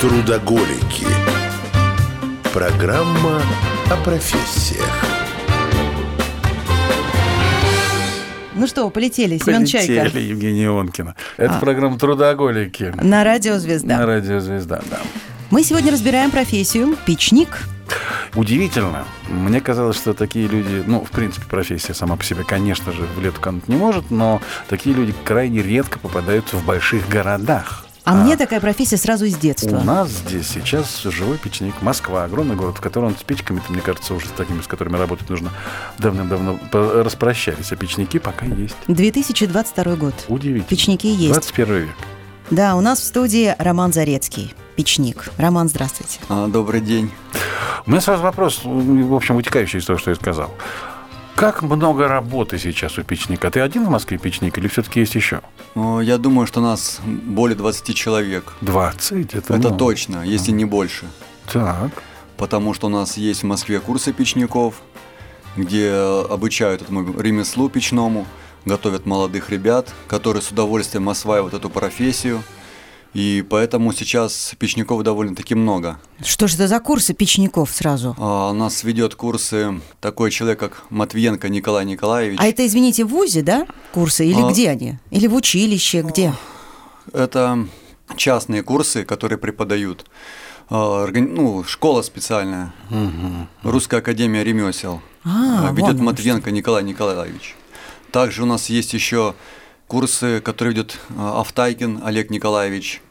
Трудоголики. Программа о профессиях. Ну что, полетели, Семен Чайка. Полетели, Евгения Ионкина. Это А. программа «Трудоголики». На радио «Звезда». На радио «Звезда», да. Мы сегодня разбираем профессию печник. Удивительно. Мне казалось, что такие люди... Ну, в принципе, профессия сама по себе, конечно же, в лету кануть не может, но такие люди крайне редко попадаются в больших городах. А, мне такая профессия сразу из детства. У нас здесь сейчас живой печник. Москва, огромный город, в котором он с печками-то, мне кажется, уже с такими, с которыми работать нужно, давным-давно по- распрощались. А печники пока есть. 2022 год. Удивительно. Печники есть. 21 век. Да, у нас в студии Роман Зарецкий, печник. Роман, здравствуйте. А, Добрый день. У меня сразу вопрос, ну, в общем, вытекающий из того, что я сказал. Как много работы сейчас у печника? Ты один в Москве печник или все-таки есть еще? Ну, Я думаю, что нас более 20 человек. 20, это Это много. точно, если не больше. Так. Потому что у нас есть в Москве курсы печников, где э, обучают этому ремеслу печному, готовят молодых ребят, которые с удовольствием осваивают эту профессию. И поэтому сейчас печников довольно-таки много. Что же это за курсы печников сразу? А, У нас ведет курсы такой человек, как Матвиенко Николай Николаевич. А это, извините, в ВУЗе, да, курсы? Или А. где они? Или в училище, где? Это частные курсы, которые преподают. э, органи- Ну, школа специальная. Русская академия ремесел. А, Э, вон Ведет оно Матвенко Николай Николаевич. Также у нас есть еще курсы, которые ведет э, Автайкин Олег Николаевич.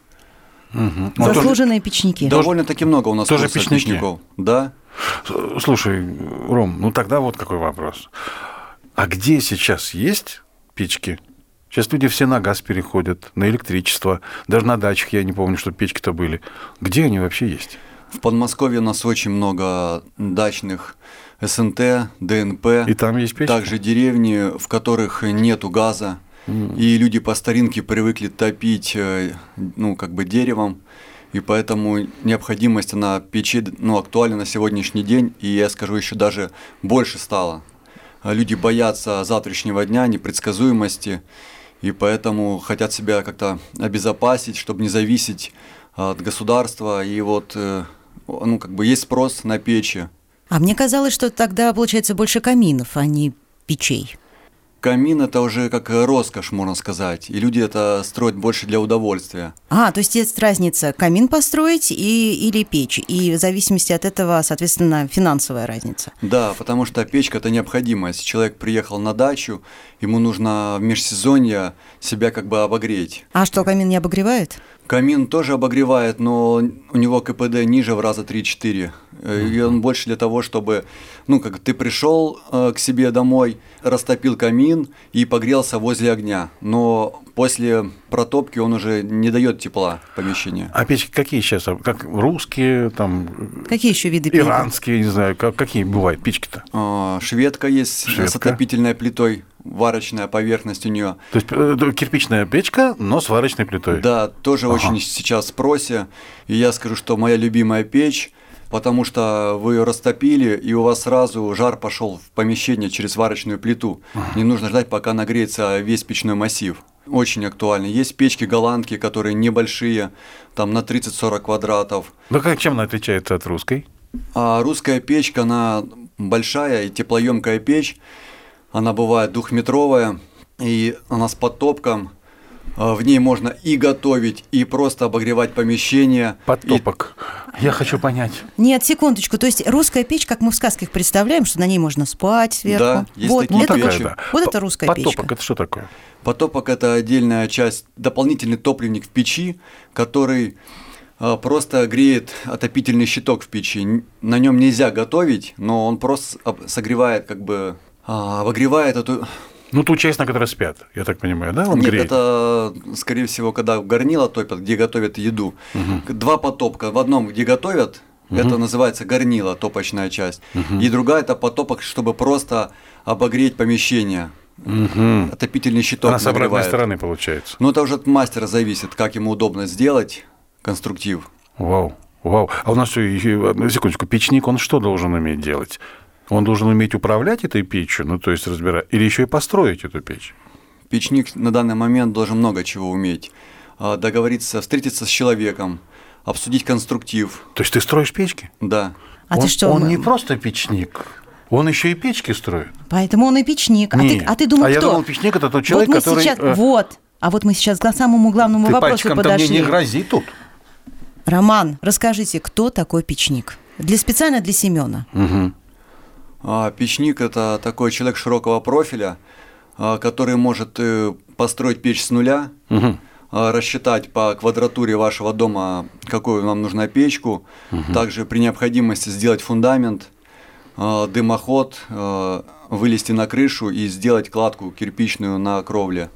Он тоже- Заслуженные печники. Довольно-таки много у нас Тоже курсов печники? печников. Да. С- Слушай, Ром, ну тогда вот какой вопрос. А где сейчас есть печки? Сейчас люди все на газ переходят, на электричество. Даже на дачах я не помню, что печки-то были. Где они вообще есть? В Подмосковье у нас очень много дачных СНТ, ДНП. И там есть печки? Также деревни, в которых нету газа, и люди по старинке привыкли топить, э, ну, как бы деревом, и поэтому необходимость на печи, ну, актуальна на сегодняшний день, и я скажу, еще даже больше стало. А Люди боятся завтрашнего дня, непредсказуемости, и поэтому хотят себя как-то обезопасить, чтобы не зависеть а, от государства, и вот, э, ну, как бы есть спрос на печи, А мне казалось, что тогда, получается, больше каминов, а не печей. Камин это уже как э, роскошь, можно сказать. И люди это строят больше для удовольствия. А, то есть есть разница, камин построить и, или печь. И в зависимости от этого, соответственно, финансовая разница. Да, потому что печка это необходимость. Человек приехал на дачу, ему нужно в межсезонье себя как бы обогреть. А что, камин не обогревает? Камин тоже обогревает, но у него КПД ниже в раза 3-4. Э, И он больше для того, чтобы, ну, как ты пришел э, к себе домой, растопил камин и погрелся возле огня. Но после протопки он уже не дает тепла помещению. А печки какие сейчас? Как русские, там, Какие еще виды пива? иранские, не знаю, как- какие бывают печки-то? А, Шведка есть с Шведка. отопительной плитой, варочная поверхность у нее. То есть э, кирпичная печка, но с варочной плитой. Да, тоже Ага. очень сейчас в спросе. И я скажу, что моя любимая печь, потому что вы ее растопили, и у вас сразу жар пошел в помещение через варочную плиту. Не нужно ждать, пока нагреется весь печной массив. Очень актуально. Есть печки голландки, которые небольшие, там на 30-40 квадратов. Ну как чем она отличается от русской? А русская печка, она большая и теплоемкая печь. Она бывает двухметровая, и она с подтопком. А, В ней можно и готовить, и просто обогревать помещение. Подтопок. Я хочу понять. Нет, секундочку. То есть русская печь, как мы в сказках представляем, что на ней можно спать сверху. Да, есть вот, такие это, печи. вот- да. вот П- это русская Подтопок печка. это что такое? И потопок – это отдельная часть, дополнительный топливник в печи, который а, просто греет отопительный щиток в печи. Н- На нем нельзя готовить, но он просто об- согревает, как бы а, обогревает эту Ну, ту часть, на которой спят, я так понимаю, да? Он Нет, греет. это, скорее всего, когда горнила топят, где готовят еду. Два потопка. В одном, где готовят, это называется горнила, топочная часть. И другая – это потопок, чтобы просто обогреть помещение. Отопительный щиток Она с обратной нагревает. стороны получается. Ну, это уже от мастера зависит, как ему удобно сделать конструктив. Вау, вау. А у нас всё ещё- одну секундочку, печник, он что должен уметь делать? Он должен уметь управлять этой печью, ну, то есть разбирать, или еще и построить эту печь. Печник на данный момент должен много чего уметь. А, Договориться, встретиться с человеком, обсудить конструктив. То есть ты строишь печки? Да. А он, ты что? Он м, не просто печник, он еще и печки строит. Поэтому он и печник. А Не. ты, а ты думал, А я кто? думал, печник это тот человек, вот мы который, Сейчас, э, Вот. А вот мы сейчас к самому главному ты вопросу пальчиком-то мне подошли. не грози тут. Роман, расскажите, кто такой печник? Для специально для Семена. А, печник – это такой человек широкого профиля, а, который может э, построить печь с нуля, а, рассчитать по квадратуре вашего дома, какую вам нужна печку, также при необходимости сделать фундамент, а, дымоход, а, вылезти на крышу и сделать кладку кирпичную на кровле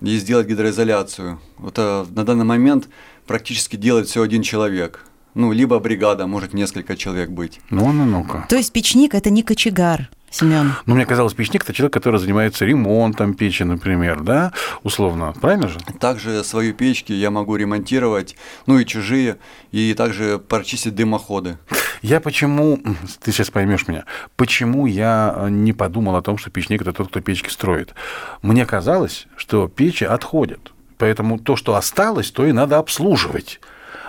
и сделать гидроизоляцию. Вот э, на данный момент практически делает все один человек. Ну, либо бригада, может несколько человек быть. Ну, ну, ну-ка. То есть печник это не кочегар, Семен. Ну, мне казалось, печник это человек, который занимается ремонтом печи, например, да, условно. Правильно же? Также свою печки я могу ремонтировать, ну и чужие, и также прочистить дымоходы. Я почему, ты сейчас поймешь меня, почему я э, не подумал о том, что печник это тот, кто печки строит. Мне казалось, что печи отходят. Поэтому то, что осталось, то и надо обслуживать.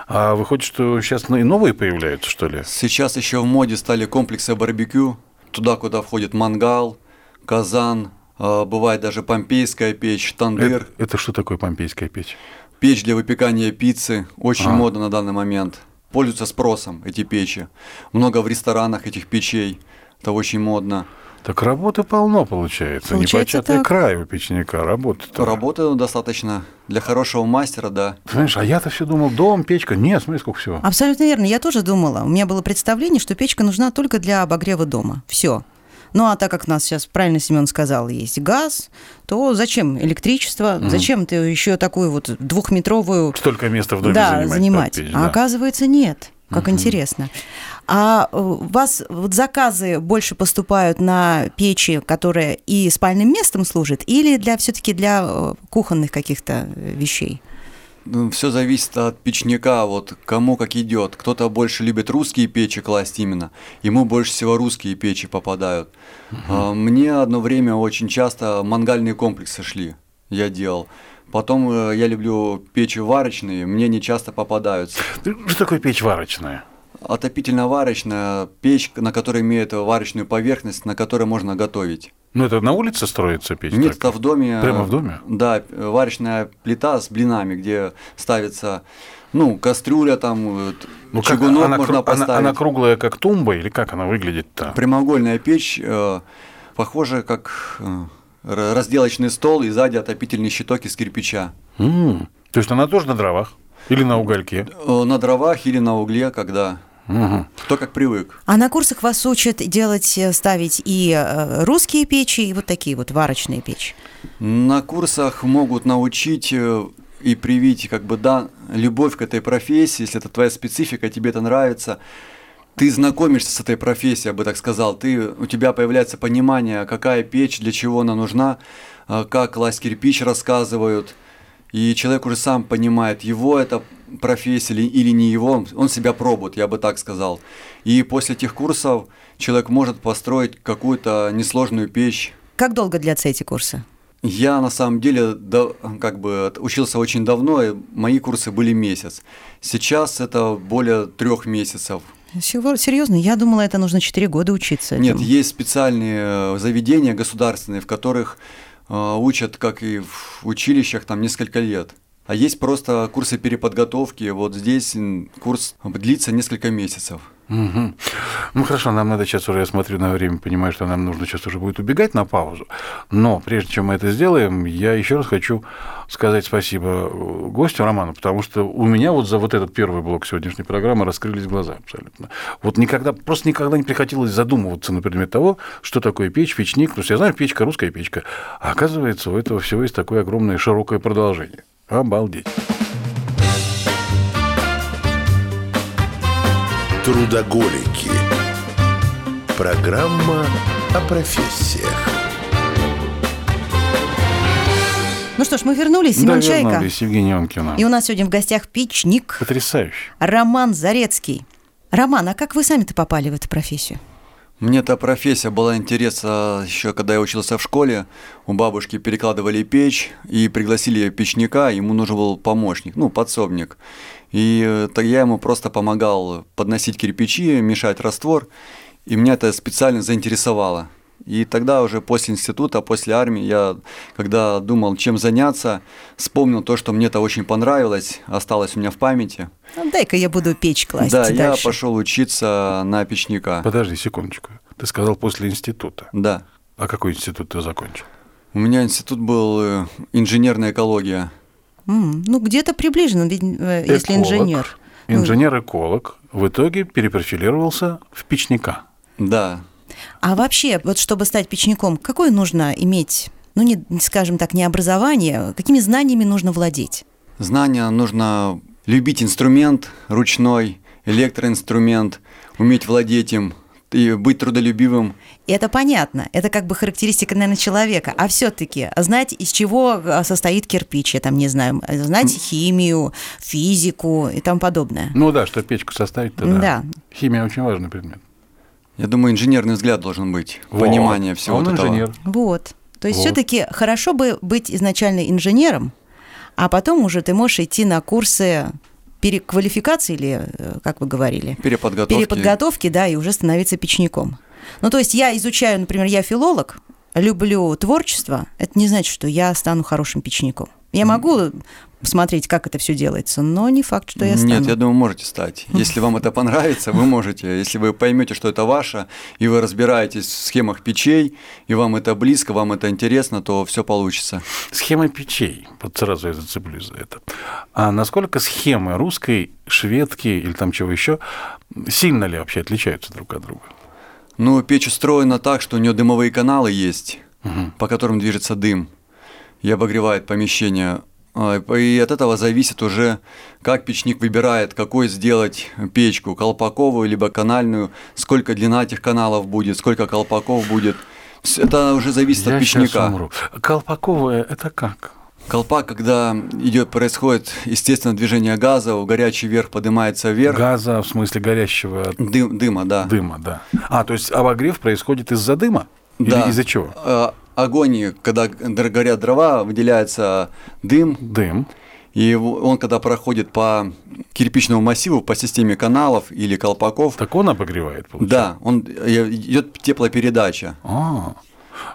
А выходит, что сейчас и новые появляются, что ли? Сейчас еще в моде стали комплексы барбекю, туда, куда входит мангал, казан, а, бывает даже помпейская печь, Это, тандыр, Э, это что такое помпейская печь? печь для выпекания пиццы, очень модно на данный момент. Пользуются спросом эти печи. Много в ресторанах этих печей, это очень модно. Так работы полно получается. Получается Непочатый так. край у печника. Работа. Работы достаточно для хорошего мастера, да. Знаешь, а я-то все думал, дом, печка. Нет, смотри, сколько всего. Абсолютно верно. Я тоже думала. У меня было представление, что печка нужна только для обогрева дома. Все. Ну а так как у нас сейчас, правильно Семен сказал, есть газ, то зачем электричество? Зачем ты еще такую вот двухметровую Столько места в доме да, занимать. под занимать. печь, а да. оказывается, нет. Как интересно. А э, у вас вот заказы больше поступают на печи, которые и спальным местом служат, или для все-таки для э, кухонных каких-то э, вещей? Все Ну, зависит от печника, вот кому как идет. Кто-то больше любит русские печи класть именно, ему больше всего русские печи попадают. А, Мне одно время очень часто мангальные комплексы шли, я делал. Потом э, я люблю печи варочные, мне не часто попадаются. Что такое печь варочная? Отопительно-варочная печь, на которой имеет варочную поверхность, на которой можно готовить. Ну, это на улице строится печь? Нет, а такая? это в доме. э, Прямо в доме? Да, э, варочная плита с блинами, где ставится, ну, кастрюля там, э, т- Ну, как чугунок она, можно кру- она- поставить. она круглая, как тумба, или как она выглядит-то? Прямоугольная печь, э, похожа как э, р- разделочный стол и сзади отопительный щиток из кирпича. М, То есть она тоже на дровах? Или на угольке? Э, На дровах или на угле, когда Мгм. кто как привык. А на курсах вас учат делать, э, ставить и э, русские печи, и вот такие вот варочные печи. На курсах могут научить э, и привить, как бы, да, любовь к этой профессии, если это твоя специфика, тебе это нравится. Ты знакомишься с этой профессией, я бы так сказал. Ты, у тебя появляется понимание, какая печь, для чего она нужна, э, как класть кирпич рассказывают. И человек уже сам понимает, его это профессия или, или не его, он- он себя пробует, я бы так сказал. И после этих курсов человек может построить какую-то несложную печь, Как долго длятся эти курсы? я на самом деле да- как бы от- учился очень давно, и мои курсы были месяц. Сейчас это более трех месяцев. Сего- Серьезно, я думала, это нужно 4 года учиться. Нет, этому. есть специальные э, заведения государственные, в которых э, учат, как и в училищах, там несколько лет. А есть просто курсы переподготовки. Вот здесь м, курс длится несколько месяцев. Мгм. Ну хорошо, нам надо сейчас уже, я смотрю на время, понимаю, что нам нужно сейчас уже будет убегать на паузу. Но прежде чем мы это сделаем, я еще раз хочу сказать спасибо э, гостю Роману, потому что у меня вот за вот этот первый блок сегодняшней программы раскрылись глаза абсолютно. Вот никогда, просто никогда не приходилось задумываться на предмет того, что такое печь, печник. Потому что я знаю, печка, русская печка. А оказывается, у этого всего есть такое огромное широкое продолжение. Обалдеть. Трудоголики. Программа о профессиях. Ну что ж, мы вернулись. Семен да, Чайка. вернулись, Евгения Ионкина. И у нас сегодня в гостях печник Потрясающе. Роман Зарецкий. Роман, а как вы сами-то попали в эту профессию? Мне эта профессия была интересна еще, когда я учился в школе. У бабушки перекладывали печь и пригласили печника, ему нужен был помощник, ну, подсобник. И тогда я ему просто помогал подносить кирпичи, мешать раствор, и меня это специально заинтересовало. И тогда уже после института, после армии, я, когда думал, чем заняться, вспомнил то, что мне это очень понравилось, осталось у меня в памяти. Ну, дай-ка я буду печь класть да, я дальше. пошел учиться на печника. Подожди секундочку. Ты сказал после института. Да. А какой институт ты закончил? У меня институт был э, инженерная экология. М, Ну, где-то приближенно, ведь, э, если Эколог. инженер. Ну, Инженер-эколог в итоге перепрофилировался в печника. Да. А вообще, вот чтобы стать печником, какое нужно иметь, ну, не, скажем так, не образование, какими знаниями нужно владеть? Знания нужно любить инструмент ручной, электроинструмент, уметь владеть им и быть трудолюбивым. И это понятно, это как бы характеристика, наверное, человека. А все-таки знать, из чего э, состоит кирпич, я там не знаю, э, знать химию, физику и тому подобное. Ну да, что печку составить-то, да. Да. Химия очень важный предмет. Я думаю, инженерный взгляд должен быть, Вот. понимание всего А Он вот этого. инженер. Вот. То есть Вот. все-таки хорошо бы быть изначально инженером, а потом уже ты можешь идти на курсы переквалификации или, э, как вы говорили, Переподготовки. переподготовки, да, и уже становиться печником. Ну, то есть я изучаю, например, я филолог, люблю творчество, это не значит, что я стану хорошим печником. Я могу посмотреть, как это все делается, но не факт, что я стану. Нет, я думаю, можете стать. Если вам это понравится, вы можете. Если вы поймете, что это ваше, и вы разбираетесь в схемах печей, и вам это близко, вам это интересно, то все получится. Схема печей. Вот сразу я зацеплюсь за это. А насколько схемы русской, шведки или там чего еще, сильно ли вообще отличаются друг от друга? Ну, печь устроена так, что у нее дымовые каналы есть, по которым движется дым и обогревает помещение. А, И от этого зависит уже, как печник выбирает, какой сделать печку, колпаковую либо канальную, сколько длина этих каналов будет, сколько колпаков будет. С- Это уже зависит Я от щас печника. умру. Колпаковая – это как? Колпак, когда идет, происходит естественное движение газа, у горячий верх поднимается вверх, Газа, в смысле горящего дым- дыма, да. дыма, да. А, то есть обогрев происходит из-за дыма? Да. Или из-за чего? Э, Огонь, когда др- горят дрова, выделяется дым, Дым. и его- он, когда проходит по кирпичному массиву, по системе каналов или колпаков, Так ну он обогревает, получается? да, он идет теплопередача. А.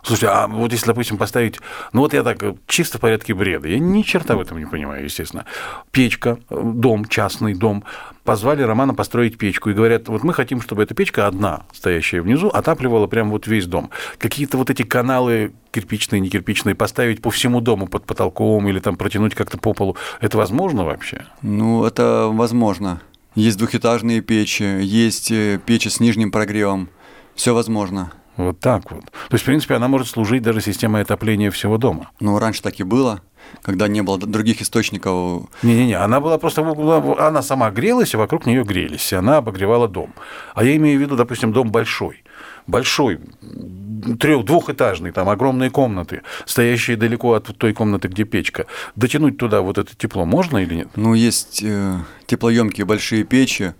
Слушайте, а вот если, допустим, поставить... Ну, вот я так, э, чисто в порядке бреда. Я ни черта в этом не понимаю, естественно. Печка, э, дом, частный дом. Позвали Романа построить печку. И говорят, вот мы хотим, чтобы эта печка одна, стоящая внизу, отапливала прям вот весь дом. Какие-то вот эти каналы кирпичные, не кирпичные, поставить по всему дому под потолком или там протянуть как-то по полу. Это возможно вообще? Ну, это возможно. Есть двухэтажные печи, есть э, печи с нижним прогревом. Все возможно. Вот так вот. То есть, в принципе, она может служить даже системой отопления всего дома. Ну, раньше так и было, когда не было д- других источников. Не-не-не, она была просто... в углу, Она сама грелась, и вокруг нее грелись. И она обогревала дом. А я имею в виду, допустим, дом большой. Большой, трех, двухэтажный, там огромные комнаты, стоящие далеко от той комнаты, где печка. Дотянуть туда вот это тепло можно или нет? Ну, есть э, теплоемкие большие печи,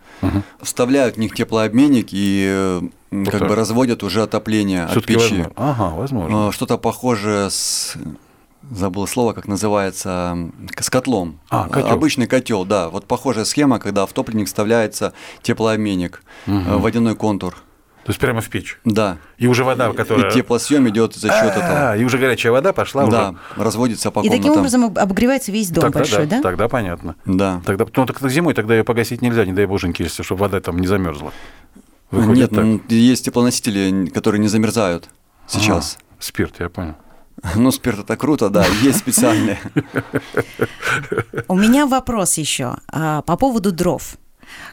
вставляют в них теплообменник и э, м, как так. бы разводят уже отопление от Всё-таки печи. возможно. Ага, возможно. Э, Что-то похожее с забыл слово, как называется, м, к- с котлом. А, котёл. Э, Обычный котел, да. Вот похожая схема, когда в топливник вставляется теплообменник, э, водяной контур. То есть прямо в печь. Да. И уже вода, которая... И теплосъем идет за счет этого. А, и уже горячая вода пошла Да, уже. разводится по И таким комнатам. образом об- обогревается весь дом Тогда большой, да? Тогда понятно. Да. Тогда, ну, так зимой тогда ее погасить нельзя, не дай боженьки, если чтобы вода там не замерзла. Нет, ну, м, есть теплоносители, н- которые не замерзают сейчас. спирт, я понял. Ну, спирт это круто, да, есть специальные. У меня вопрос еще а, по поводу дров.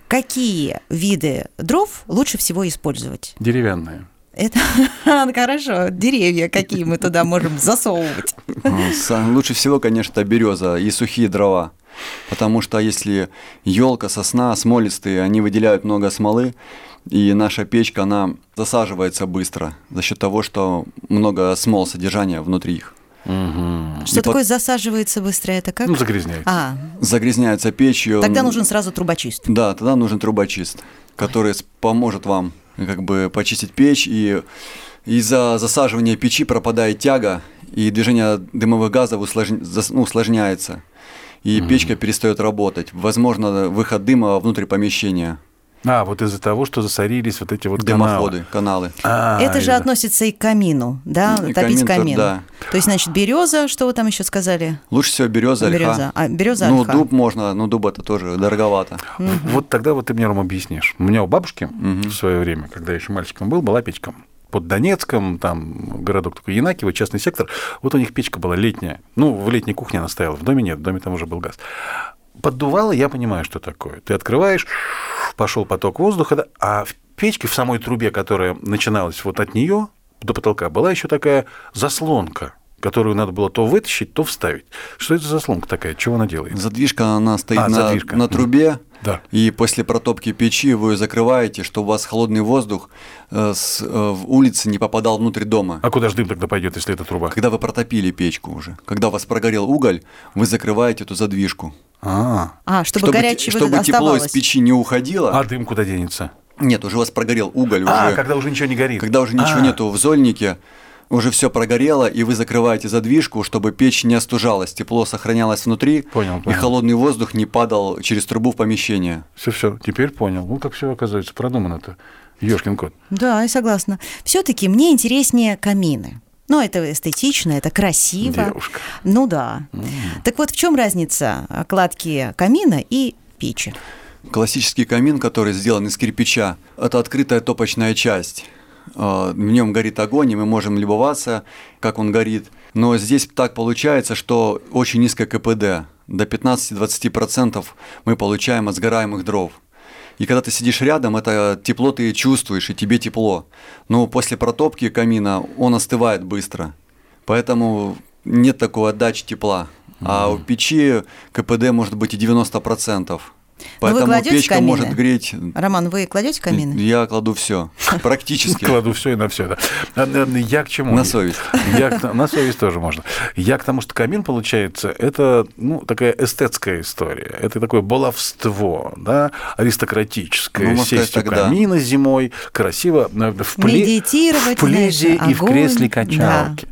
Какие виды дров лучше всего использовать? Деревянная. Это хорошо. Деревья какие мы туда можем засовывать? Ну, са- Лучше всего, конечно, это береза и сухие дрова. Потому что если елка, сосна, смолистые, они выделяют много смолы, и наша печка, она засаживается быстро за счет того, что много смол содержания внутри их. Что И такое засаживается быстро? Это как? Ну, загрязняет. А, Загрязняется печь. её- тогда нужен сразу трубочист. Да, тогда нужен трубочист, который с- поможет вам как бы почистить печь, и из-за засаживания печи пропадает тяга, и движение дымовых газов услож- зас- ну, усложняется, и печка перестает работать. Возможно, выход дыма внутрь помещения, А, вот из-за того, что засорились вот эти вот каналы. дымоходы, каналы. А, Это же из-за- относится и к камину, да, И топить камин тоже, камин. да. То есть, значит, береза, что вы там еще сказали? Лучше всего береза, Берёза. ольха. А, берёза, ну, ольха. дуб можно, но дуб это тоже дороговато. Вот тогда вот ты мне, Ром, объяснишь. У меня у бабушки в свое время, когда я еще мальчиком был, была печка. Под Донецком, там городок такой Янакиево, частный сектор. Вот у них печка была летняя. Ну, в летней кухне она стояла, в доме нет, в доме там уже был газ. Поддувало, я понимаю, что такое. Ты открываешь, пошел поток воздуха, да, а в печке, в самой трубе, которая начиналась вот от нее до потолка, была еще такая заслонка, которую надо было то вытащить, то вставить. Что это за заслонка такая? Чего она делает? Задвижка она стоит А, на, задвижка. на Мгм. трубе. Да. И после протопки печи вы ее закрываете, чтобы у вас холодный воздух э, с э, в улицы не попадал внутрь дома. А куда же дым тогда пойдет, если это труба? Когда вы протопили печку уже, когда у вас прогорел уголь, вы закрываете эту задвижку. А, А, чтобы, те- горячий вот чтобы этот тепло оставалось. из печи не уходило. а дым куда денется? Нет, уже у вас прогорел уголь. А, уже, когда уже ничего не горит. когда уже ничего А, нету в зольнике, уже все прогорело, и вы закрываете задвижку, чтобы печь не остужалась, тепло сохранялось внутри, Понял, понял. и холодный воздух не падал через трубу в помещение. Все, все, теперь понял. Ну, как все оказывается, продумано-то. Ёшкин кот. Да, я согласна. Все-таки мне интереснее камины. Ну, это эстетично, это красиво. Девушка. Ну да. Так вот, в чем разница а, кладки камина и печи? Классический камин, который сделан из кирпича, это открытая топочная часть. Э, В нем горит огонь, и мы можем любоваться, как он горит. Но здесь так получается, что очень низкое КПД. До 15-20% мы получаем от сгораемых дров. И когда ты сидишь рядом, это тепло ты чувствуешь, и тебе тепло. Но после протопки камина он остывает быстро. Поэтому нет такой отдачи тепла. А у печи КПД может быть и 90%. Но вы Поэтому кладете печка камины? может греть. Роман, вы кладете камины? Я кладу все. Практически. Кладу все и на все. э, Я к чему? На совесть. Я к- на совесть тоже можно. Я к тому, что камин, получается, это ну, такая эстетская история. Это такое баловство, да, аристократическое. Ну, можно сказать, Сесть у так, да. камина зимой, красиво, на- в, пле- Медитировать, в пледе знаете, и в огонь. кресле качалки.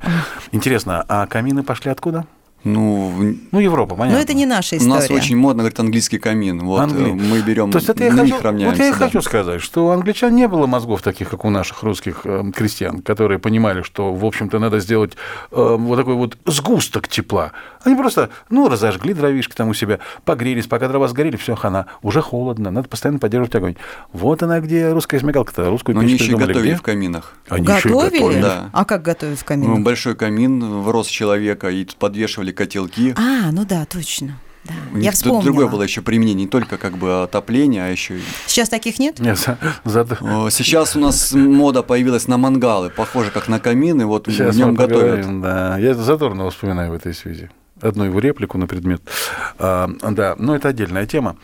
Интересно, а камины пошли откуда? Ну, в- Ну, Европа, понятно. Но это не наша у история. нас очень модно, говорит, английский камин. Вот э, Англи- мы берем, То есть это я на хочу, них равняемся. вот я и да. хочу сказать, что у англичан не было мозгов таких, как у наших русских эм, крестьян, которые понимали, что, в общем-то, надо сделать эм, вот такой вот сгусток тепла. Они просто, ну, разожгли дровишки там у себя, погрелись, пока дрова сгорели, все, хана, уже холодно, надо постоянно поддерживать огонь. Вот она где русская смекалка-то, русскую Но они печь еще и придумали. готовили Где? в каминах. Они еще и Готовили? да. А как готовят в Ну, камин? Большой камин в рост человека, и тут подвешивали котелки. А, ну да, точно. Да. У них Я тут другое вспомнила. было еще применение, не только как бы отопление, а еще и... Сейчас таких нет? Нет, за- зато- О, Сейчас у нас мода появилась на мангалы, похоже, как на камины, вот Сейчас в нем мы готовят. поговорим, да. Я Задорнова вспоминаю в этой связи. Одну его реплику на предмет. А, да, но это отдельная тема.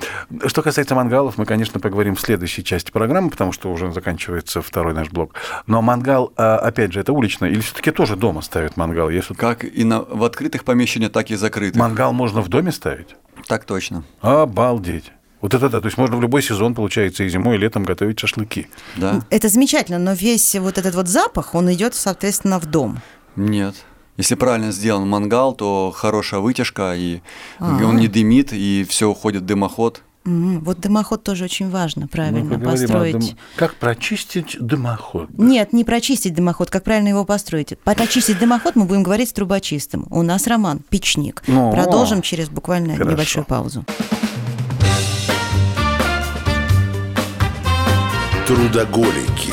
Что касается мангалов, мы, конечно, поговорим в следующей части программы, потому что уже заканчивается второй наш блок. Но мангал, а, опять же, это уличный, или все-таки тоже дома ставят мангал? Если Как и на, в открытых помещениях, так и закрытых. мангал можно в доме ставить? Так точно. Обалдеть. Вот это да, то есть можно в любой сезон, получается, и зимой, и летом готовить шашлыки. Да? Это замечательно, но весь вот этот вот запах, он идет, соответственно, в дом. Нет. Если правильно сделан мангал, то хорошая вытяжка, и А. он не дымит, и все уходит в дымоход. М, Вот дымоход тоже очень важно правильно Мы Ну, поговорим о построить. дым- Как прочистить дымоход? Нет, не прочистить дымоход, как правильно его построить. По- Прочистить дымоход мы будем говорить с трубочистым. У нас Роман Печник. Ну, Продолжим через буквально хорошо. небольшую паузу. Трудоголики.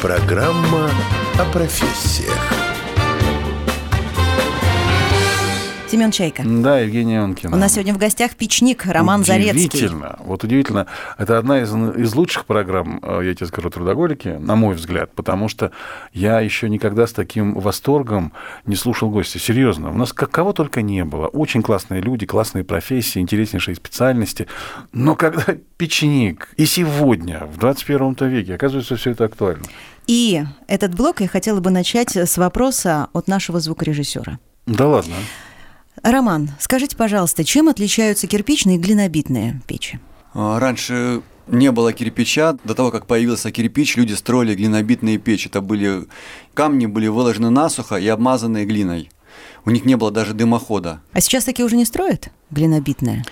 Программа о профессиях. Семен Чайка. Да, Евгений Онкин. У нас сегодня в гостях печник Роман Зарецкий. Удивительно. Вот удивительно. Это одна из, из лучших программ, э, я тебе скажу, трудоголики, на мой взгляд, потому что я еще никогда с таким восторгом не слушал гостя. Серьезно, у нас как- кого только не было. Очень классные люди, классные профессии, интереснейшие специальности. Но когда печеник и сегодня, в 21 веке, оказывается, все это актуально. И этот блок я хотела бы начать с вопроса от нашего звукорежиссера. Да ладно. Роман, скажите, пожалуйста, чем отличаются кирпичные и глинобитные печи? А, Раньше не было кирпича. До того, как появился кирпич, люди строили глинобитные печи. Это были камни, были выложены насухо и обмазаны глиной. У них не было даже дымохода. А сейчас такие уже не строят? Глинобитные?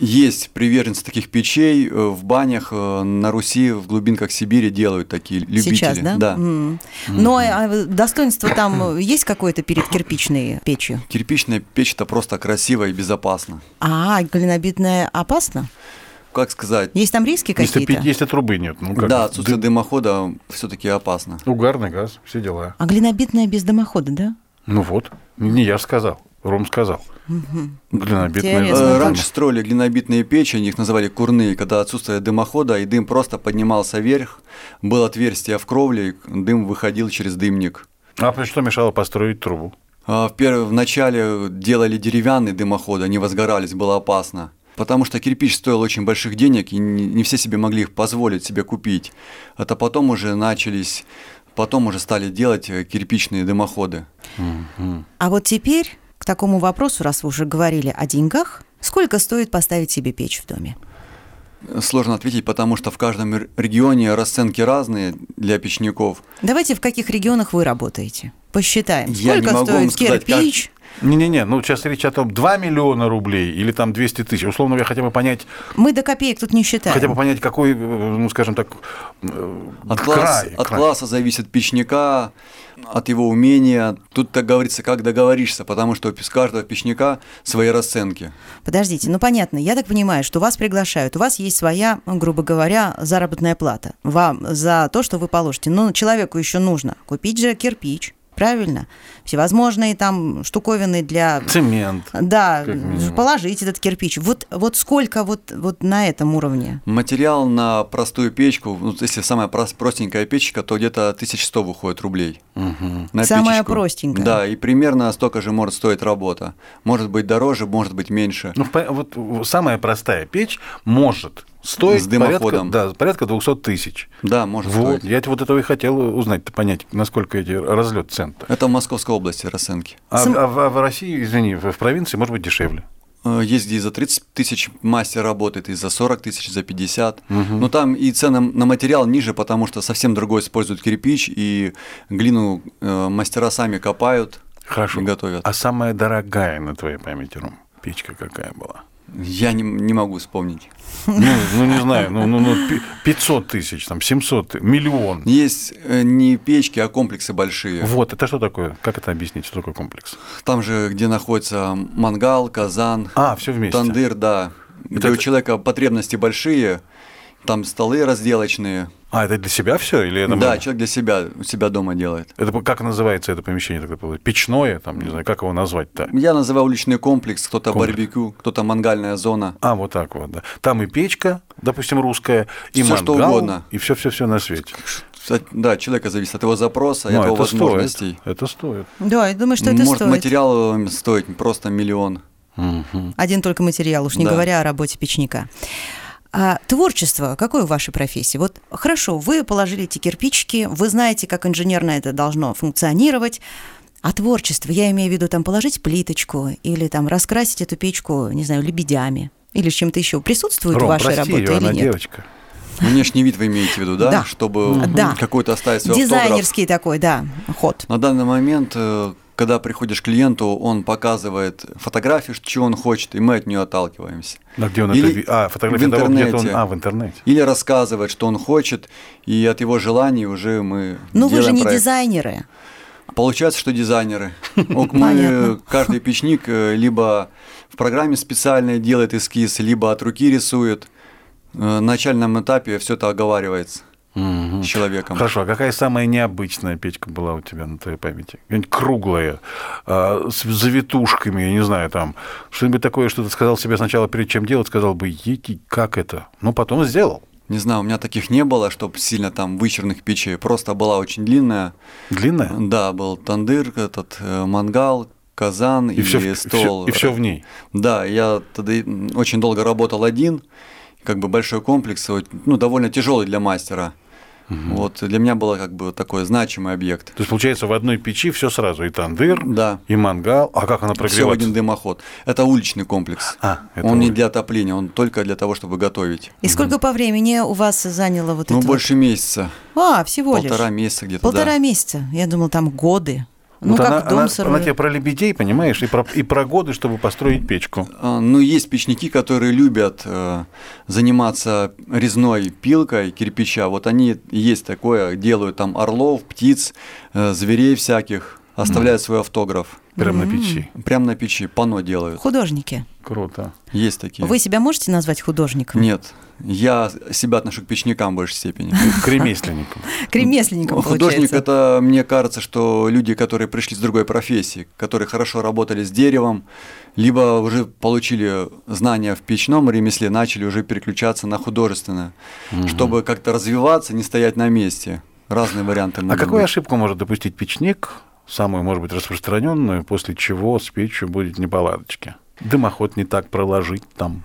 Есть приверженцы таких печей э, в банях э, на Руси, в глубинках Сибири делают такие любители. Сейчас, да? М. Но а, достоинство там есть какое-то перед кирпичной печью? Кирпичная печь это просто красиво и безопасно. А, глинобитная опасно? Как сказать? Есть там риски Если, пи- какие-то? если трубы нет, ну как? да, ды- отсутствие дымохода все-таки опасно. Угарный газ, все дела. А глинобитная без дымохода, да? Ну вот, не я ж сказал, Ром сказал. Глинобитная Интересно. зона. Э, Раньше строили глинобитные печи, они их называли курные, когда отсутствие дымохода, и дым просто поднимался вверх, было отверстие в кровле, и дым выходил через дымник. А что мешало построить трубу? А В, пер- в начале делали деревянные дымоходы, они возгорались, было опасно. Потому что кирпич стоил очень больших денег, и не не все себе могли их позволить себе купить. Это потом уже начались, потом уже стали делать э, кирпичные дымоходы. А вот теперь к такому вопросу, раз вы уже говорили о деньгах, сколько стоит поставить себе печь в доме? Сложно ответить, потому что в каждом р- регионе расценки разные для печников. Давайте в каких регионах вы работаете? Посчитаем, Я не сколько могу вам стоит сказать, кирпич? Не-не-не, ну сейчас речь о том, 2 миллиона рублей или там 200 тысяч. Условно говоря, хотя бы понять, Мы до копеек тут не считаем. хотя бы понять, какой, э, ну скажем так, э, От, класс- край. от край. класса зависит печника, от его умения. Тут, как говорится, как договоришься, потому что у пес- каждого печника свои расценки. Подождите, ну понятно, я так понимаю, что вас приглашают, у вас есть своя, грубо говоря, заработная плата вам за то, что вы положите. Но человеку еще нужно купить же кирпич, правильно? Всевозможные там штуковины для... Цемент. Да, Как минимум. положить этот кирпич. Вот, вот сколько вот, вот на этом уровне? Материал на простую печку, ну, если самая прос- простенькая печка, то где-то 1100 выходит рублей. На Самая простенькая. Да, и примерно столько же может стоить работа. Может быть дороже, может быть меньше. Ну, по- вот самая простая печь может стоить С порядка, дымоходом. да, порядка 200 тысяч. Да, может Вот, стоить. я вот этого и хотел узнать, понять, насколько эти разлет цен-то. Это в Московской области расценки. А, Сам- а в, а в России, извини, в, в провинции может быть дешевле. Э, Есть где и за 30 тысяч мастер работает, и за 40 тысяч, за 50. Но там и цены на материал ниже, потому что совсем другой используют кирпич, и глину э, мастера сами копают и готовят. А самая дорогая на твоей памяти, Ром, печка какая была? Я не, не могу вспомнить. Ну, ну, не знаю, ну, ну, ну, пи- 500 тысяч, там, 700, ты- миллион. Есть э, не печки, а комплексы большие. Вот, это что такое? Как это объяснить? Что такое комплекс? Там же, где находится мангал, казан, А, все вместе. тандыр, да. Где у человека потребности большие, там столы разделочные. А, это для себя все? Или это да, можно? человек для себя, у себя дома делает. Это по- как называется это помещение тогда? было? Печное, там, не знаю, как его назвать-то? Я называю уличный комплекс, кто-то Комплекс. барбекю, кто-то мангальная зона. А, вот так вот, да. Там и печка, допустим, русская, и Всё, что мангал, угодно. и все-все-все на свете. От- Да, от человека зависит от его запроса и Ну, от его это возможностей. стоит. Это стоит. Да, я думаю, что это Может стоит. материал эм, стоит просто миллион. Один только материал, уж не Да. говоря о работе печника. А творчество какое в вашей профессии? Вот хорошо, вы положили эти кирпичики, вы знаете, как инженерно это должно функционировать. А творчество, я имею в виду там положить плиточку или там раскрасить эту печку, не знаю, лебедями или с чем-то еще. Присутствует в Ром, Ну, вашей прости работе её, или она нет? девочка. Внешний вид вы имеете в виду, да? Да. Чтобы м, Да. какой-то оставить свой автограф. Дизайнерский такой, да, ход. На данный момент, э, когда приходишь к клиенту, он показывает фотографии, ш- чего он хочет, и мы от нее отталкиваемся. А где он Или это... ви- А, фотография в того, где он... интернете. А, в интернете. Или рассказывает, что он хочет, и от его желаний уже мы Ну вы делаем же не проект. дизайнеры. Получается, что дизайнеры. Вот мы, Понятно. каждый печник э, либо в программе специально делает эскиз, либо от руки рисует. Э, На начальном этапе все это оговаривается с человеком. Хорошо, а какая самая необычная печка была у тебя на твоей памяти? Какая-нибудь круглая, а, с завитушками, я не знаю, там, что-нибудь такое, что ты сказал себе сначала, перед чем делать, сказал бы, еки, как это? Ну, потом сделал. Не знаю, у меня таких не было, чтобы сильно там вычурных печей. Просто была очень длинная. Длинная. Да, был тандыр, этот э, мангал, казан и, всё в- стол. всё- э, и все в ней. Да, я тогда и, м, очень долго работал один, как бы большой комплекс, вот, ну, довольно тяжелый для мастера. Вот для меня было как бы такой значимый объект. То есть, получается, в одной печи все сразу. И тандыр, Да. и мангал. А как она Все в один прогревается? дымоход. Это уличный комплекс. А, это он не улич- для отопления, он только для того, чтобы готовить. И сколько по времени у вас заняло вот это? ну, вот? больше месяца. А, всего лишь. Полтора месяца где-то. Полтора да. месяца. Я думала, там годы. Ну, Вот как она, дом она- сырой. она тебе про лебедей, понимаешь, и про, и про годы, чтобы построить печку. А, Ну, есть печники, которые любят э, заниматься резной пилкой кирпича. Вот они и есть такое, делают там орлов, птиц, э, зверей всяких, оставляют свой автограф. Прямо на печи. Прямо на печи, пано делают. Художники. Круто. Есть такие. Вы себя можете назвать художником? Нет, я себя отношу к печникам в большей степени. К ремесленникам. К ремесленникам, Ну, Художник получается. это, мне кажется, что люди, которые пришли с другой профессии, которые хорошо работали с деревом, либо уже получили знания в печном ремесле, начали уже переключаться на художественное, чтобы как-то развиваться, не стоять на месте. Разные варианты. А могут какую быть. ошибку может допустить печник, самую, может быть, распространенную, после чего с печью будет неполадочки? Дымоход не так проложить там.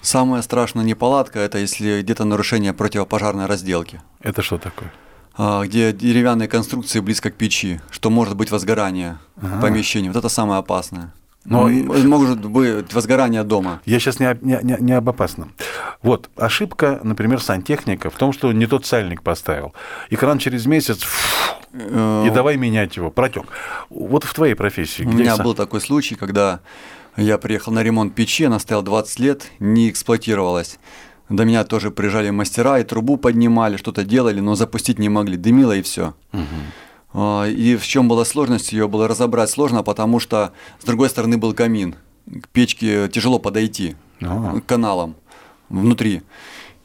Самая страшная неполадка – это если где-то нарушение противопожарной разделки, Это что такое? а, где деревянные конструкции близко к печи, что может быть возгорание помещения. Вот это самое опасное. Но- М, может быть возгорание дома. Я сейчас не, об- не- не- не об опасном. Вот, ошибка, например, сантехника в том, что не тот сальник поставил. И кран через месяц, фу, и давай менять его, протек. Вот в твоей профессии. Э, У где меня са- был такой случай, когда я приехал на ремонт печи, она стояла 20 лет, не эксплуатировалась. До меня тоже приезжали мастера, и трубу поднимали, что-то делали, но запустить не могли. Дымило и все. А, И в чем была сложность, ее было разобрать сложно, потому что с другой стороны был камин. К печке тяжело подойти А. к каналам внутри.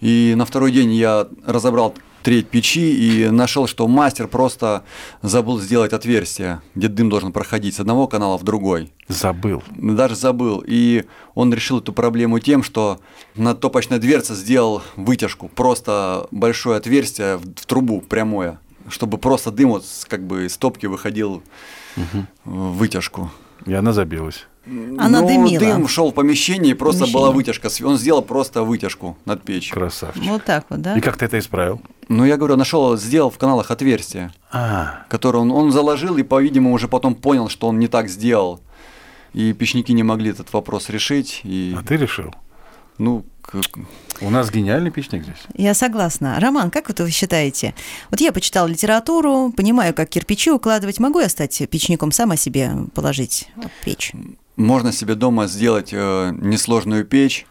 И на второй день я разобрал треть печи и нашел, что мастер просто забыл сделать отверстие, где дым должен проходить с одного канала в другой. Забыл. Даже забыл. И он решил эту проблему тем, что на топочной дверце сделал вытяжку, просто большое отверстие в, в трубу прямое, чтобы просто дым вот с- как бы из топки выходил в вытяжку. И она забилась. Она Ну, дымила. дым шел в помещении, просто была Помещение. вытяжка. Св- Он сделал просто вытяжку над печью. Красавчик. Вот так вот, да? И как ты это исправил? Ну, я говорю, нашел, сделал в каналах отверстие, А, которое он, он заложил и, по-видимому, уже потом понял, что он не так сделал. И печники не могли этот вопрос решить. И, а ты решил. ну, к- У нас гениальный печник здесь. Я согласна. Роман, как вот вы считаете? Вот я почитала литературу, понимаю, как кирпичи укладывать. Могу я стать печником, сама себе положить в печь? можно себе дома сделать э, несложную печь.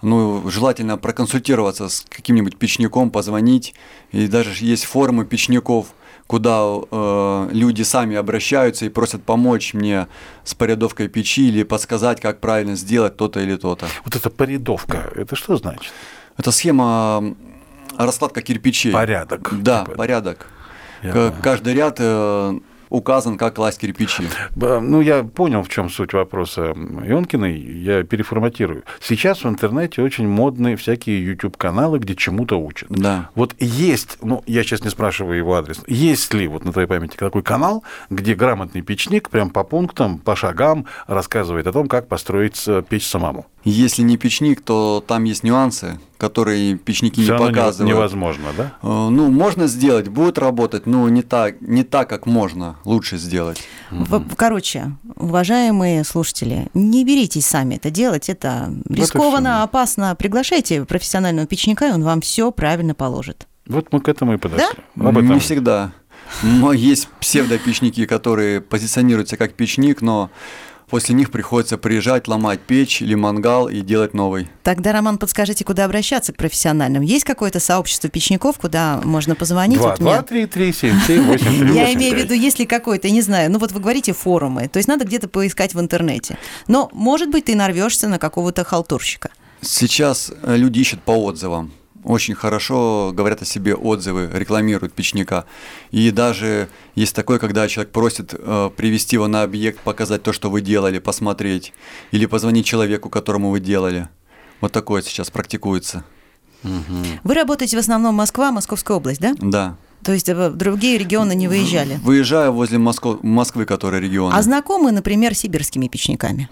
Ну, желательно проконсультироваться с каким-нибудь печником, позвонить. И даже ж есть форумы печников, куда э, люди сами обращаются и просят помочь мне с порядовкой печи или подсказать, как правильно сделать то-то или то-то. Вот эта порядовка, это что значит? Это схема м, раскладка кирпичей. Порядок. Да, Типа. порядок. Я К- понял. Каждый ряд э, указан, как класть кирпичи. Б- Ну, я понял, в чем суть вопроса Ионкиной, я переформатирую. Сейчас в интернете очень модны всякие YouTube-каналы, где чему-то учат. Да. Вот есть, ну, я сейчас не спрашиваю его адрес, есть ли вот на твоей памяти такой канал, где грамотный печник прям по пунктам, по шагам рассказывает о том, как построить э, печь самому? Если не печник, то там есть нюансы, которые печники Всё не равно не- показывают. невозможно, да? Э, Ну, можно сделать, будет работать, но не так, не так, как можно, лучше сделать. В- Короче, уважаемые слушатели, не беритесь сами это делать. Это рискованно, всё. опасно. Приглашайте профессионального печника, и он вам все правильно положит. Вот мы к этому и подошли. Об этом. Не всегда. Но есть псевдопечники, которые позиционируются как печник, но после них приходится приезжать, ломать печь или мангал и делать новый. Тогда, Роман, подскажите, куда обращаться к профессиональным? Есть какое-то сообщество печников, куда можно позвонить? Два, Вот мне- два, три, три, семь, семь, восемь, три, Я восемь, имею в пять. виду, есть ли какой-то, я не знаю, ну вот вы говорите форумы, то есть надо где-то поискать в интернете. Но, может быть, ты нарвешься на какого-то халтурщика. Сейчас э, люди ищут по отзывам. Очень хорошо говорят о себе отзывы, рекламируют печника. И даже есть такое, когда человек просит э, привести его на объект, показать то, что вы делали, посмотреть. Или позвонить человеку, которому вы делали. Вот такое сейчас практикуется. Вы работаете в основном Москва, Московская область, да? Да. То есть э, в другие регионы не выезжали. Ну, Выезжаю возле Моско- Москвы, который регион. А знакомы, например, с сибирскими печниками?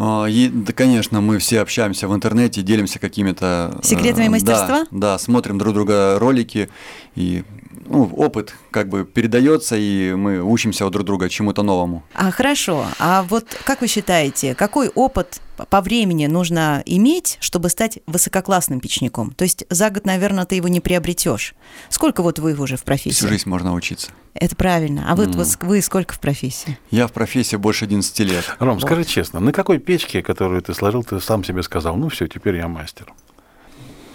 А, и- да, конечно, мы все общаемся в интернете, делимся какими-то... э, Секретами да, мастерства? Да, смотрим друг друга ролики, и ну, опыт как бы передается, и мы учимся у друг друга чему-то новому. А хорошо. А вот как вы считаете, какой опыт по времени нужно иметь, чтобы стать высококлассным печником? То есть за год, наверное, ты его не приобретешь. Сколько вот вы уже в профессии? Всю жизнь можно учиться. Это правильно. А вы, вот ск- вы сколько в профессии? Я в профессии больше 11 лет. Ром, скажи честно, на какой печке, которую ты сложил, ты сам себе сказал, ну все, теперь я мастер?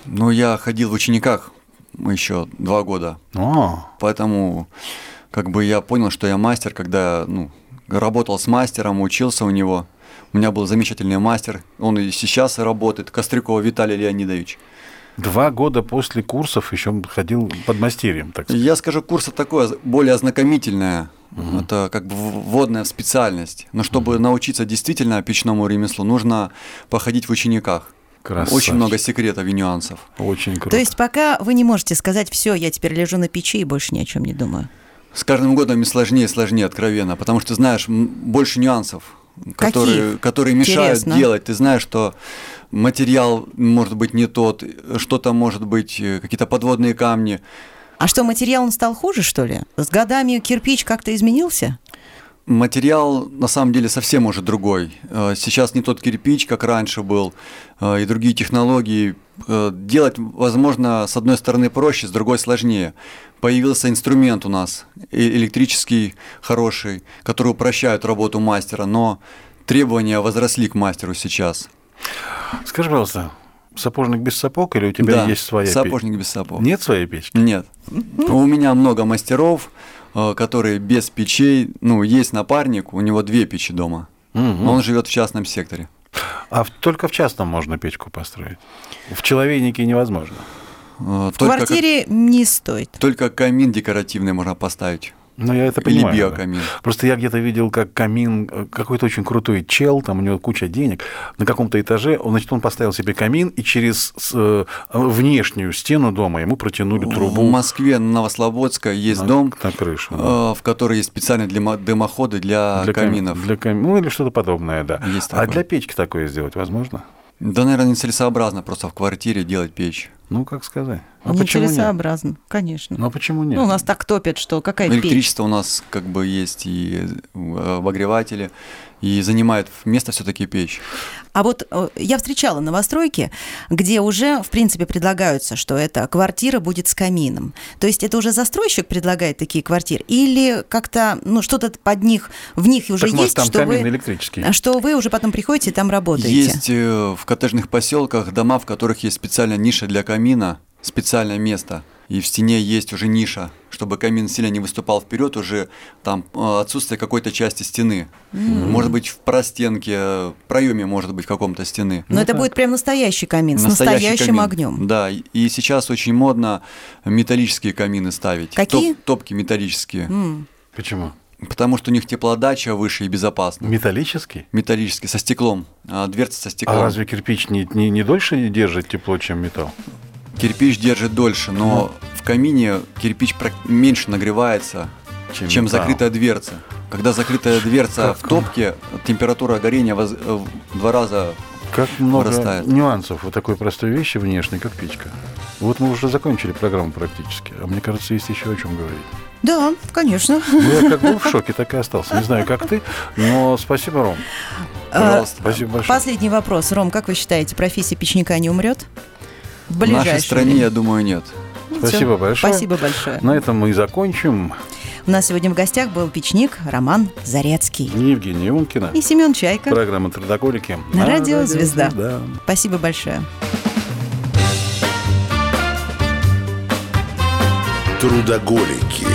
Но я ходил в учениках еще два года, О, поэтому как бы я понял, что я мастер, когда ну, работал с мастером, учился у него. У меня был замечательный мастер, он и сейчас работает, Кострякова Виталий Леонидович. два года после курсов еще ходил под мастерием, так сказать. Я скажу, курс это такое более ознакомительное. Это как бы вводная специальность. Но чтобы научиться действительно печному ремеслу, нужно походить в учениках. Красавчик. Очень много секретов и нюансов. Очень круто. То есть пока вы не можете сказать, все, я теперь лежу на печи и больше ни о чем не думаю. С каждым годом и сложнее и сложнее, откровенно, потому что ты знаешь м, больше нюансов, которые, Каких? которые мешают Интересно. делать. Ты знаешь, что материал может быть не тот, э, что-то может быть, э, какие-то подводные камни. А что, материал он стал хуже, что ли? С годами кирпич как-то изменился? Материал на самом деле совсем уже другой. Э, Сейчас не тот кирпич, как раньше был, э, и другие технологии. Э, Делать, возможно, с одной стороны проще, с другой сложнее. Появился инструмент у нас, э, электрический, хороший, который упрощает работу мастера, но требования возросли к мастеру сейчас. Скажи, пожалуйста, сапожник без сапог или у тебя Да, есть своя печь? Сапожник без сапог. Нет своей печки? Нет. У меня много мастеров, э, которые без печей, ну, есть напарник, у него две печи дома. Мгм. Он живет в частном секторе. А в- только в частном можно печку построить. В человейнике невозможно. Э, В только как- квартире не стоит. только камин декоративный можно поставить. Но Ну, я это Или понимаю. да. биокамин. Просто я где-то видел, как камин, э, какой-то очень крутой чел, там у него куча денег, на каком-то этаже, он, значит, он поставил себе камин, и через с, э, внешнюю стену дома ему протянули В трубу Москве, на Новослободска, есть на, дом, на крышу. да. э, в который есть специально для мо- дымоходы для, Для кам- каминов. Для кам- Ну, или что-то подобное, да. Есть а такое. для печки такое сделать возможно? Да, наверное, нецелесообразно просто в квартире делать печь. Ну, как сказать. А почему нет? Нецелесообразно, конечно. Ну, а почему нет? Ну, у нас так топят, что какая печь. Электричество у нас как бы есть и э, обогреватели, и занимает место все-таки печь. А вот э, я встречала новостройки, где уже, в принципе, предлагаются, что эта квартира будет с камином. То есть это уже застройщик предлагает такие квартиры? Или как-то, ну, что-то под них, в них уже так, может, есть, там что камин вы, электрический. что вы уже потом приходите и там работаете? Есть э, в коттеджных поселках дома, в которых есть специальная ниша для камина, специальное место. И в стене есть уже ниша, чтобы камин сильно не выступал вперед, уже там э, отсутствие какой-то части стены. Может быть, в простенке, э, проеме, может быть, в каком-то стены. Но Ну, это так. будет прям настоящий камин с Настоящий настоящим камин. огнем. Да, и- и сейчас очень модно металлические камины ставить. Какие? Топ- топки металлические. Почему? Потому что у них теплодача выше и безопасно. Металлический? Металлические, со стеклом. а, Дверца со А стеклом. разве кирпич не, не, не дольше держит тепло, чем металл? Кирпич держит дольше, но в камине кирпич прак- меньше нагревается, Чем чем, металл. закрытая дверца. Когда закрытая дверца в топке, температура горения воз- э, в два раза. Как много Вырастает. нюансов у такой простой вещи внешней, как печка. Вот мы уже закончили программу практически, а мне кажется, есть еще о чем говорить. Да, конечно. Ну, я как был в шоке, так и остался. Не знаю, как ты, но спасибо, Ром. Пожалуйста. А, Спасибо большое. Последний вопрос. Ром, как вы считаете, профессия печника не умрет? В в ближайшее нашей стране, время? я думаю, нет. Ну, всё. Спасибо большое. Спасибо большое. На этом мы и закончим. У нас сегодня в гостях был печник Роман Зарецкий Евгения Ункина. и Семен Чайка. Программа «Трудоголики». На радио «Звезда». А, «Звезда». Спасибо большое. Трудоголики.